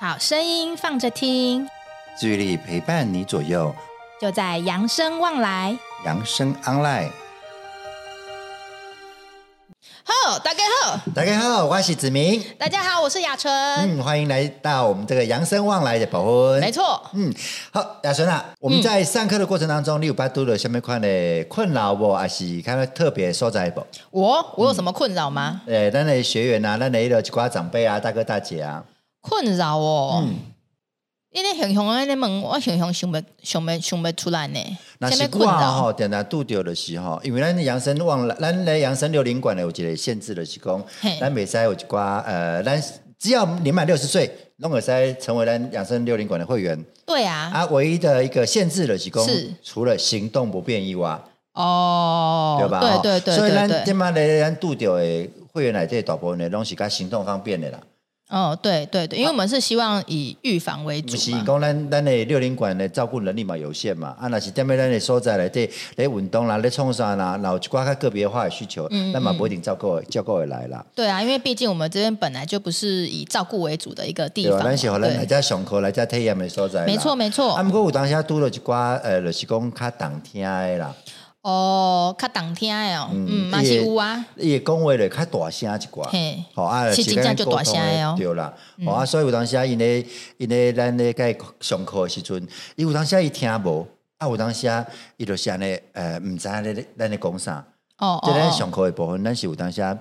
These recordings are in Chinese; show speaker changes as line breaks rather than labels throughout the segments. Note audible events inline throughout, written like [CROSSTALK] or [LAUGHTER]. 好声音放着听，
治愈力陪伴你左右，
就在扬声望来。
扬声 online。
吼，大家好，
大家好，我是子明，
大家好，我是雅纯。
嗯，欢迎来到我们这个扬声望来的保温。
没错，嗯
嗯，好，亚纯啊，我们在上课的过程当中，你有巴拄了什么款的困扰不？还是看到特别所在不？
我我有什么困扰吗？
诶、咱的学员啊，咱的迄个一寡长辈啊，大哥大姐啊，
困扰哦，
嗯，
你咧熊熊安尼问我，熊熊想不想不想不出来呢？
那
什
是
么
我啊吼，定定拄着的是吼，因为咱的养生往来，咱的养生六零馆呢，有一个限制的是讲
嘿，
咱袂使有一寡呃，咱只要年满六十岁，拢会使成为咱养生六零馆的会员。
对啊，
啊，唯一的一个限制的是讲
是，
除了行动不便以外，
哦，
啊对吧？吼
对对
所以
对
咱
对
今
对，
嘛咧咱拄着的会员内底大部分的拢是甲行动方便的啦。
哦，对对对，因为我们是希望以预防为主
不是
嘛。
讲咱咱的六零馆的照顾能力嘛有限嘛，啊，若是踮咧咱的所在内底咧运动啦、咧创啥啦，然后一寡较个别化的需求
嗯，
咱嘛不一定照顾照顾会来啦。
对啊，因为毕竟我们这边本来就不是以照顾为主的一个地
对
方
吧？
嘛，
咱是互咱来
对
遮上课、来遮体验的所在啦。
没错没
啊，
错。
毋过有当时啊拄着一寡呃，就是讲较动听的啦，
啊哦，较当听的哦，嗯，嘛是
伊的
有啊，
伊的讲话咧较大声一寡。
嘿，
吼啊，
是真正就大声的哦
对啦，吼啊，所以有当时啊，因咧因咧咱咧甲伊上课的时阵，伊有当时啊伊听无，啊有当时啊伊就是安尼，呃，毋知影咧咱咧讲啥，
哦
即
哦
咱
哦，
上课的部分，咱是有当时啊，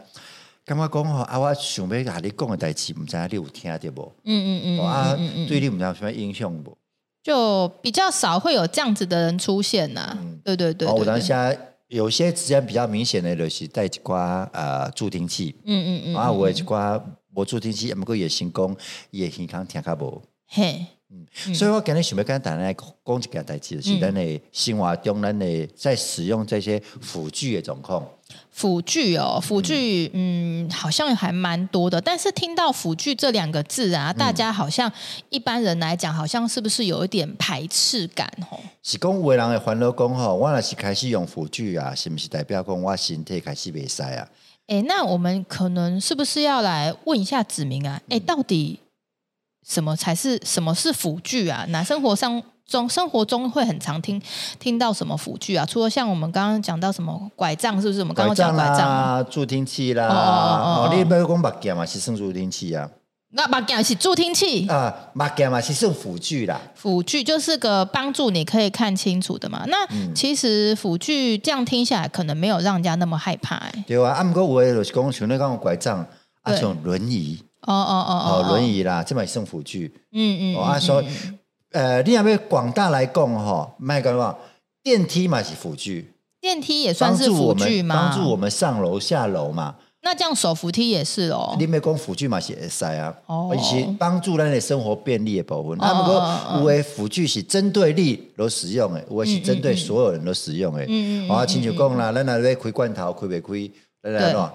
感觉讲吼，啊，我想要甲你讲的代志，毋知影你有听着无？
嗯嗯嗯
吼啊
嗯嗯，嗯，
对你毋知有啥影响无？
就比较少会有这样子的人出现呐。对对对，
哦，有
对
当
对
时啊，有些之间比较明显的就是带一寡呃助听器，
嗯嗯嗯，
啊，有的一寡无助听器，啊，毋过伊的成功，伊的耳康听较无。
嘿，嗯
所以我今日想要跟大家讲一件代志，就是咱的生活中咱的在使用这些辅具的状况。
辅具哦，辅具，嗯，好像还蛮多的。但是听到辅具这两个字
嗯
啊，大家好像一般人来讲，好像是不是有一点排斥感哦？
是讲有的人会烦恼讲吼，我若是开始用辅具啊，是毋是代表讲我身体开始袂使啊？
哎，那我们可能是不是要来问一下子明啊？哎，
嗯
到底什么才是什么是辅具啊？哪生活上中生活中会很常听听到什么辅具啊？除了像我们刚刚讲到什么拐杖，是不是我们刚刚讲拐杖啊？
啦、助听器啦，
哦哦哦
哦
哦
你不要讲目镜嘛，是算助听器啊，
那把讲是助听器，
啊，目镜嘛是算辅具啦。
辅具就是个帮助你可以看清楚的嘛。那
嗯
其实辅具这样听下来，可能没有让人家那么害怕、欸。
对啊，啊，毋过有的就是讲像你讲拐杖，啊，
对
像轮椅，
哦哦哦
哦，轮，椅啦，这嘛是算辅具。
嗯嗯，
哦啊，所以呃，你若要广大来讲吼，卖讲话电梯嘛是辅具，
电梯也算
帮
是
助我
辅具
们
吗？
帮助我们上楼下楼嘛。
那这样手扶梯也是哦
你。要讲辅具嘛是会使啊，
哦
而且帮助咱的生活便利的部分。
哦
啊，
哦嗯
毋过有的辅具是针对你都使用的，有的是针对所有人都使用的。
嗯嗯嗯
啊，亲像讲啦，咱若咧开罐头开袂开，咱来喏，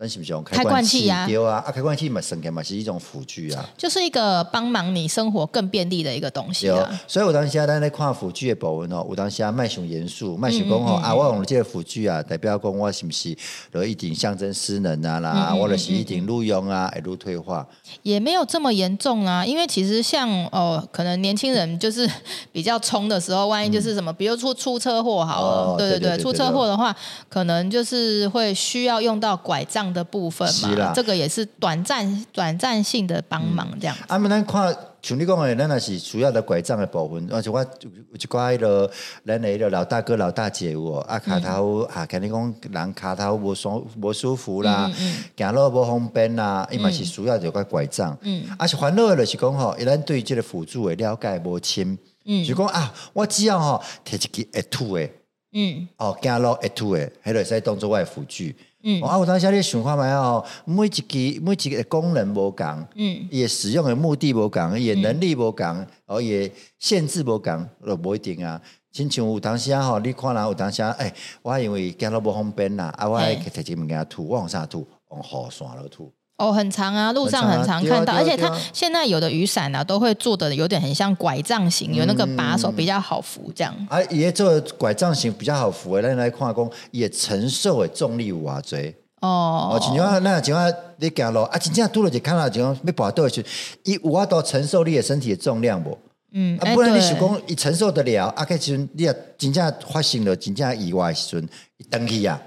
咱是毋是用
开罐器
器
啊
对啊，啊开罐器嘛算起来嘛是一种辅具啊。
就是一个帮忙你生活更便利的一个东西
对哦
啊。，
所以有当时啊，咱咧看辅具的部分哦，有当时啊，卖想严肃，卖想讲吼啊，我用了这个辅具啊，代表讲我是不是就一定象征失能啊啦，我就是一定愈用啊，会愈退化。
也没有这么严重啊，因为其实像哦，可能年轻人就是比较冲的时候，万一就是什么，比如出出车祸好了，
哦
对
对对
对，
对
出车祸的话，可能就是会需要用到拐杖的部分
是
嘛
啦，
这个也是短暂短暂性的帮忙这样。
啊，么咱看像你讲的，咱若是主要的拐杖的部分，而且我有有一寡迄落咱的迄落老大哥老大姐有哦，啊，骹头啊，肯定讲人骹头无爽无舒服啦，行路无方便啦，伊嘛是需要着个拐杖。嗯，啊是烦恼的就是讲吼，伊咱对即个辅助的了解无深。嗯，就讲啊，我只要吼摕一支会吐的。
嗯，
哦，行路会吐诶，迄个使当做我诶辅具。
嗯
嗯，啊，有当时你想看觅哦，每一支每一个功能无共，
嗯
嗯，伊诶使用诶目的无共，伊诶能力无共，哦，伊诶限制无共，就无一定啊。亲像有当时啊吼，你看人有当时啊，诶、我因为行路无方便啦，啊，我爱
嘿
摕一支物件吐，我用啥吐？用雨伞落吐。
哦，很长啊，路上很
很
常
长啊
看到，
对啊
而且
对啊
它
对啊
现在有的雨伞啊，都会做的有点很像拐杖型，有那个把
嗯
手比较好扶这样。
啊，伊诶做拐杖型比较好扶诶，咱来看讲伊诶承受诶重力有偌侪。
哦
哦，，像我那像我你行路啊，真正拄着一看到像要跋倒的时候，伊有法度承受你的身体的重量无？
嗯，
啊，
哎
不然你
对
想讲伊承受得了，啊，迄时阵你若真正发生了真正意外的时阵，伊登去啊，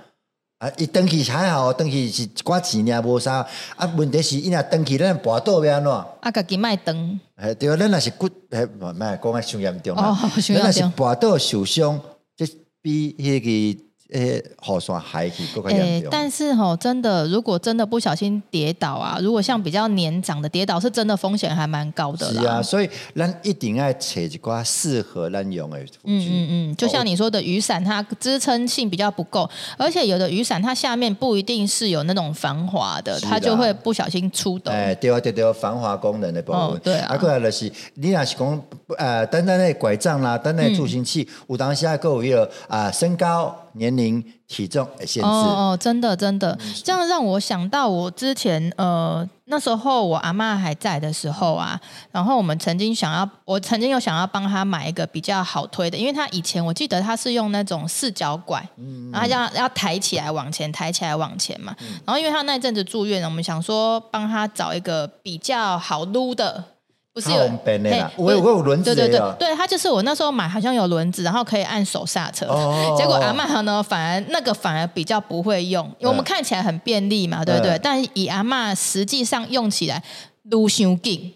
啊，伊登去还好，登去是一寡钱尔无啥，啊，问题是伊若登去咱跋倒要安怎？
啊，家己卖灯，
哎，对啊，咱若是骨，哎，莫莫讲啊，伤严重
哦
啦，
伤严重
咱若是跋倒受伤，这比迄个诶雨伞害去更较严
诶、
重。
哎但是吼，真的，如果真的不小心跌倒啊，如果像比较年长的跌倒，是真的风险还蛮高的
是
啦。
啊，所以咱一定要找一寡适合咱用的辅
嗯
具。
嗯嗯，就
哦
像你说的，雨伞它支撑性比较不够，而且有的雨伞它下面不一定是有那种防滑的，
是
它就
啦
会不小心出斗。
哎，对啊，对对啊，防滑功能的部分。
哦对啊
啊，过来就是你若是讲呃，单单的拐杖啦，单单的助行器，
嗯
有当时啊，还有迄个啊，身高、年龄、体重的限制。嗯
哦哦，真的真的，这样让我想到我之前呃那时候我阿嬷还在的时候啊，然后我们曾经想要，我曾经有想要帮她买一个比较好推的，因为她以前我记得她是用那种四脚拐，
嗯
然后要要抬起来往前，抬起来往前嘛。然后因为她那阵子住院，我们想说帮她找一个比较好撸的。不是有
靠边的啦
嘿
我有
不是
我有轮子
对对对
的啦，
对，它就是我那时候买，好像有轮子，然后可以按手刹车。
哦
结果阿嬷呢，反而那个反而比较不会用，因为我们
嗯
看起来很便利嘛，对不对？
嗯
但以阿嬷实际上用起来撸伤劲，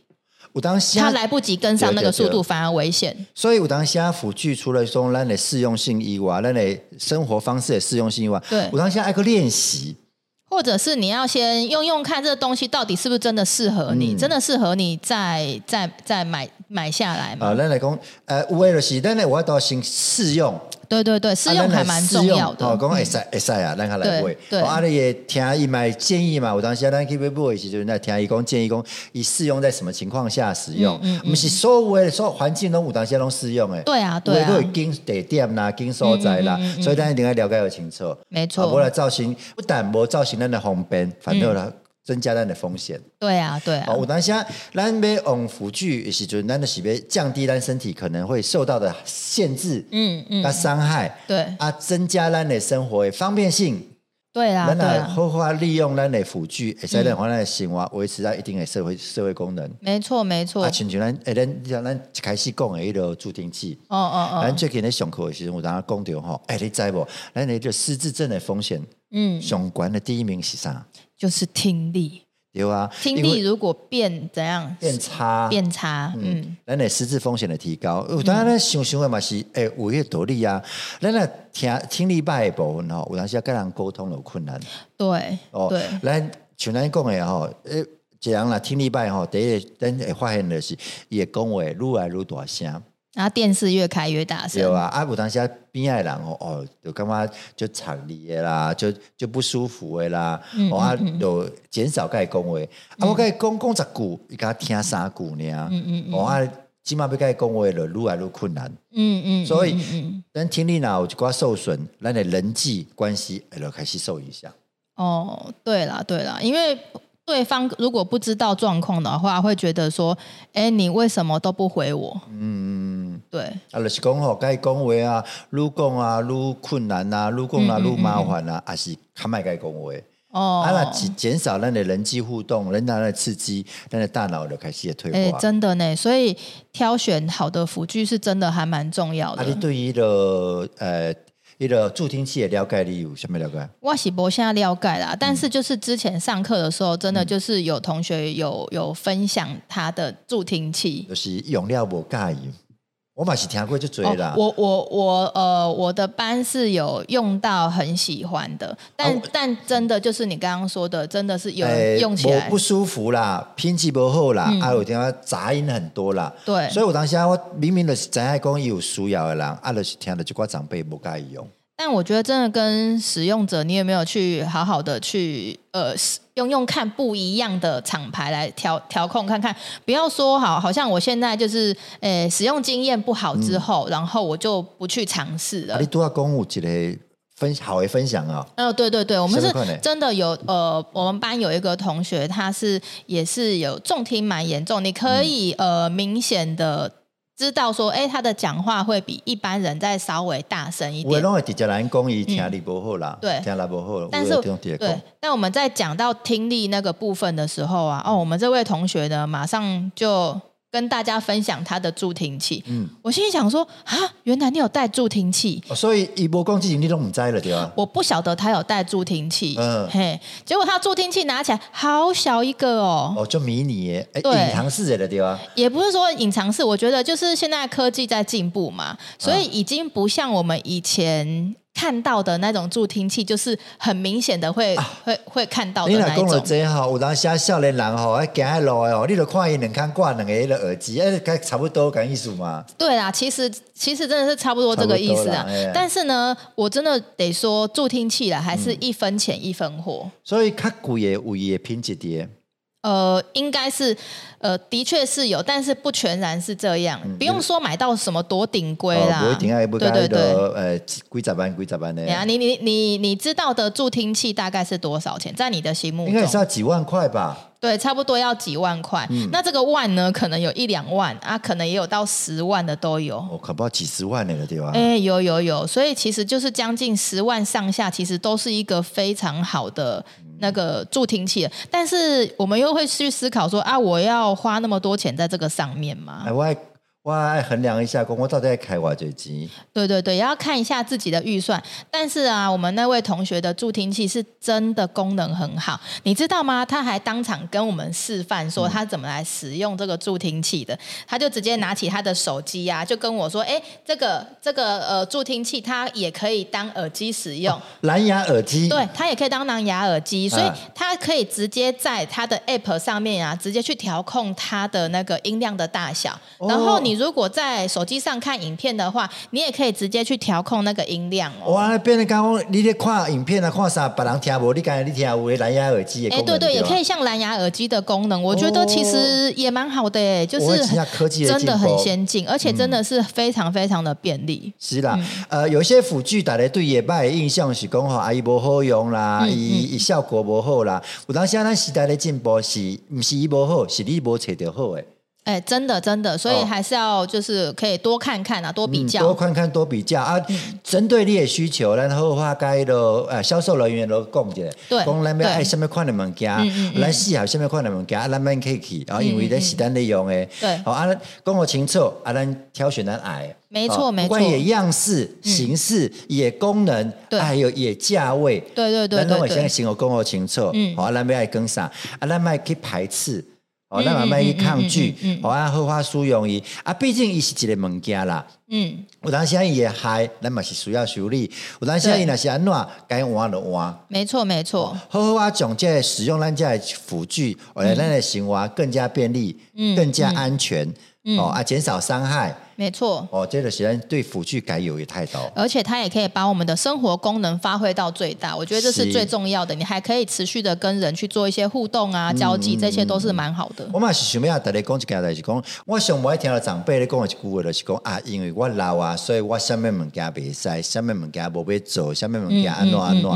有当时啊
她来不及跟上那个速
对对
度，
对
反而危险。
所以有当时啊，辅具除了说咱的适用性以外，咱的生活方式的适用性以外，
对
有当时爱去练习。
或者是你要先用用看这个东西到底是不是真的适合你，
嗯
真的适合你再再再买买下来嘛？
啊，咱来讲，呃，有的就是咱的有法度先试用，
对对
啊
对，试用还蛮重要的。嗯
哦，讲会使会使啊，咱下来买
对。对
哦啊，你也听伊买建议嘛，有当时啊咱去买买的时阵，咱听伊讲建议讲，伊适用在什么情况下使用？毋是所有的所有环境拢有当时拢适用诶。
嗯对啊
有
对
的
啊嗯
都，会经地点啦，经所在啦，所以咱一定要了解有清楚。
没
啊，无
错
啦，，造型不但无造型咱的方便，反而啦增加咱的风险。
对啊嗯对啊
哦，，有当时啊咱要用辅具的时阵，咱就是要降低咱身体可能会受到的限制，
嗯嗯，
甲伤害。
对
啊，增加咱的生活的方便性，
对啦
咱
对
来
啊。嗯
好好利用咱的辅具，会使咱咱的生活维持到一定的社会社会功能。
没错，没错。
啊，
哦
亲像咱诶，咱像咱一开始讲的迄个助听器，
哦
咱
哦，
最近咧上课的时候，有当讲到吼，诶，你知无？咱迄个失智症的风险
嗯，
上悬的第一名是啥？
就是听力，
对啊，
听
因
力
为
如果变怎样
变差，
变差，嗯，
嗯，咱的失智风险的提高，有当然咱想想的嘛是，诶，有迄个道理啊。咱若听听力歹的部分吼，有当时啊，跟人沟通有困难。
对
哦
对，，咱
像咱讲的吼，诶，一人若听力歹吼，第一咱会发现的是，伊会讲话愈来愈大声，
然后电视越开越大
对
声，
啊，啊，有当时啊边仔的人吼，哦，就感觉就吵你的啦，就就不舒服的啦，哦啊，就减少甲伊讲话，啊，我甲伊讲讲十句，伊敢听三句尔，嗯嗯哦啊，即码要甲伊讲话就愈来愈困难，
嗯嗯，
所以
嗯嗯嗯
咱听力若有一寡受损，咱的人际关系会就开始受影响。
哦，对啦对啦，因为。对方如果不知道状况的话，会觉得说：“哎，你为什么都不回我？”嗯，对，
啊，就是讲吼，该讲话啊，愈讲啊，愈困难啊，愈讲
嗯
啊，愈麻烦啊，还是较莫该讲话。啊，
哦
那，减减少咱的人际互动，咱的刺激，咱的大脑就开始会退
哎，
化。
真的呢，所以挑选好的辅具是真的还蛮重要
啊，你
的。
对于个呃，迄个助听器的了解，你有什么了解？
我是无啥了解
嗯
啦，但是就是之前上课的时候，真的就是有同学有有分享他的助听器。
就是用了无介意，我嘛是听过就多啦。
哦我我我呃，我的班是有用到很喜欢的，但、
啊我
但真的就是你刚刚说的，真的是有
哎
人用起来，嗯
不不舒服啦，品质不好啦，啊，有听到杂音很多啦。
对
所以我当时啊我明明就是知影讲伊有需要的人，啊，就是听到一寡长辈无介意用。
但我觉得真的跟使用者，你有没有去好好的去呃使用用看不一样的厂牌来调调控看看？不要说好，好像我现在就是呃使用经验不好之后，然后我就不去尝试
嗯啊，
了
你。拄啊讲有一个分好的分享啊、
呃，对对对，我们
什
是
么困难
真的有呃，我们班有一个同
嗯
学，他是也是有重听蛮严重，你可以、呃明显的知道说，哎、他的讲话会比一般人再稍微大声一
有的
点。
拢会直接来讲伊听力不好啦，
对
听力不好，
但
有
是
的就直接
对
讲，，
但我们在讲到听力那个部分的时候啊，哦，我们这位同学呢，马上就跟大家分享他的助听器。
嗯
我心里想说，啊，原来你有带助听器。
哦所以伊无讲之前你都唔知了对吧？
我不晓得他有带助听器，
嗯
嘿，结果他助听器拿起来好小一个哦，
哦，就迷你的，哎，
对
隐藏式的了对吧？
也不是说隐藏式，我觉得就是现在科技在进步嘛，所
嗯
以已经不像我们以前看到的那种助听器，就是很明显的会、会会看到的
啊你若
那一
讲了
种。
这吼，有当时少年人吼，啊行迄路的吼，你就看伊两空挂两个迄个耳机，哎，该差不多讲意思嘛。
对啦，其实其实真的是差不多这个意思
差
啊
不多啦哎。
但是呢，我真的得说，助听器啦，还是
嗯
一分钱一分货。
所以较贵的有伊的品质的，
呃，应该是，呃，的确是有，但是不全然是这样，不用说买到什么多顶规啦，
嗯哦不一定爱不
对
讲
对
迄
对。
个呃几几十万几十万的
对，啊，你你你你知道的助听器大概是多少钱？在你的心目
应该是
中，
要几万块吧？
对，差不多要几万块。
嗯
那这个万呢，可能有一两万啊，可能也有到十万的都有。
我、哦、搞不好几十万的了对吧？
哎、有有有，所以其实就是将近十万上下，其实都是一个非常好的那个助听器了。但是我们又会去思考说啊，我要花那么多钱在这个上面吗？
哎，我爱我爱衡量一下，讲我到底要开偌济钱？
对对对，也要看一下自己的预算。但是啊，我们那位同学的助听器是真的功能很好，你知道吗？他还当场跟我们示范说他怎么来使用这个助听器的。他就直接拿起他的手机啊，就跟我说：“哎，这个这个呃助听器它也可以当耳机使用。
蓝牙耳机，
对，它也可以当蓝牙耳机，所以
啊
它可以直接在它的 App 上面啊，直接去调控它的那个音量的大小。
哦
然后你如果在手机上看影片的话，你也可以直接去调控那个音量哦。
哇，变得讲讲你咧看影片啊，看啥，别人听无，你刚才你听有的蓝牙耳机也
哎，对对，也可以像蓝牙耳机的功能，我觉得其实也蛮好的哎，就
哦我会
是
惊讶科技的
[LAUGHS] 真的
进步
很先进，而且真的是非常非常的便利。
是啦，
嗯
呃，有些辅具大家对野的印象是讲吼，啊伊无好用
嗯
啦，伊伊效果无好啦。有当时啊咱时代的进步是，毋是伊无好，是你无找到好诶。
哎，真的真的，所以
哦
还是要就是可以多看看啊，多比较。
嗯
嗯
多看看，多比较啊。针对你的需求，咱好话该的呃销售人员都讲一下，
对
讲咱要
对
爱什么款的物件
嗯，
咱适合什么款的物件，啊，咱们可以去啊，因为咱是咱利用的。
嗯对
好啊，讲好清楚啊，咱挑选咱爱的。
没错
哦
没错嗯
不管也样式、形式、也功能，啊
对
还有也价位，
对对对
咱拢
对
会先
对，
先有讲好清楚，
嗯
好啊，咱要爱跟上，啊，咱卖去排斥。哦，咱
嗯
嘛卖去抗拒
嗯嗯嗯嗯嗯，
好啊，好花使用伊啊，毕竟伊是一个物件啦，
嗯。
有当时伊会害，咱嘛是需要修理。有当时伊若是安怎该换就换。
没错，没错，
好好啊，从这个使用咱这个辅具，而且咱的生活更加便利，更加安全，哦啊，减少伤害，
没错。
哦，这就是咱对辅具该有的态度。
而且它也可以把我们的生活功能发挥到最大，我觉得这是
是
最重要的。你还可以持续的跟人去做一些互动啊、交
嗯
际，这些都是蛮好的。
我嘛是想要大家讲一件代志，讲我上无爱听到长辈咧讲的一句话，就是讲啊，因为我老啊，所以我什么物件袂使，什么物件无要做，什么物
嗯
件安怎安怎。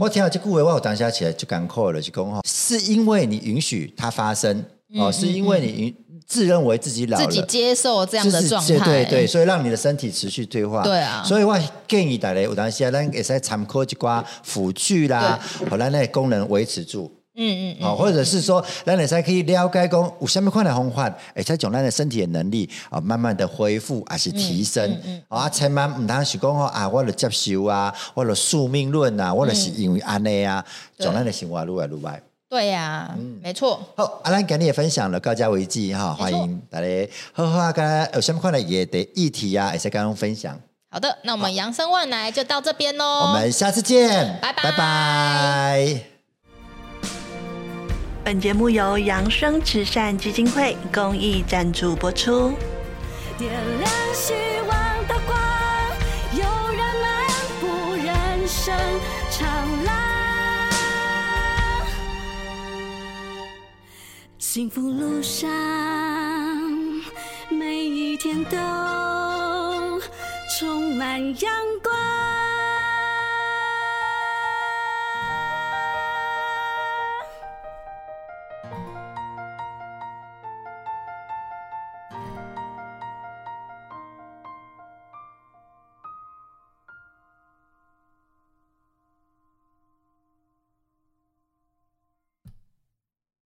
我听到这句话，我有当下起来就艰苦了，就是讲吼，是因为你允许它发生哦，是因为你允自认为自己
嗯
老
自
了。
己接受这样的状态，
就是对对对，所以让你的身体持续退化。
对啊
所以我建议大家有当时啊，咱会使参考一寡辅具啦，好咱的功能维持住。
嗯嗯嗯，
哦，或者是说，咱会使可以了解讲有什么款的方法，会使将咱的身体的能力啊、慢慢的恢复，还是
嗯
提升。哦啊，千万唔通是讲吼啊，我就接受啊，我就宿命论啊，我就是因为安尼啊，
嗯对
将咱的生活愈来愈歹。
对呀、没错。
好，啊，咱今日的分享了到这为止哈，
没
欢
错
迎大家好好啊，跟咱有什么款的也得议题啊，也是跟我们分享。
好的，那我们扬生万来就到这边喽。
我们下次见，
拜拜
拜拜
本节目由扬生慈善基金会公益赞助播出。
点亮希望的光，有人漫步人生长廊，幸福路上每一天都充满阳光。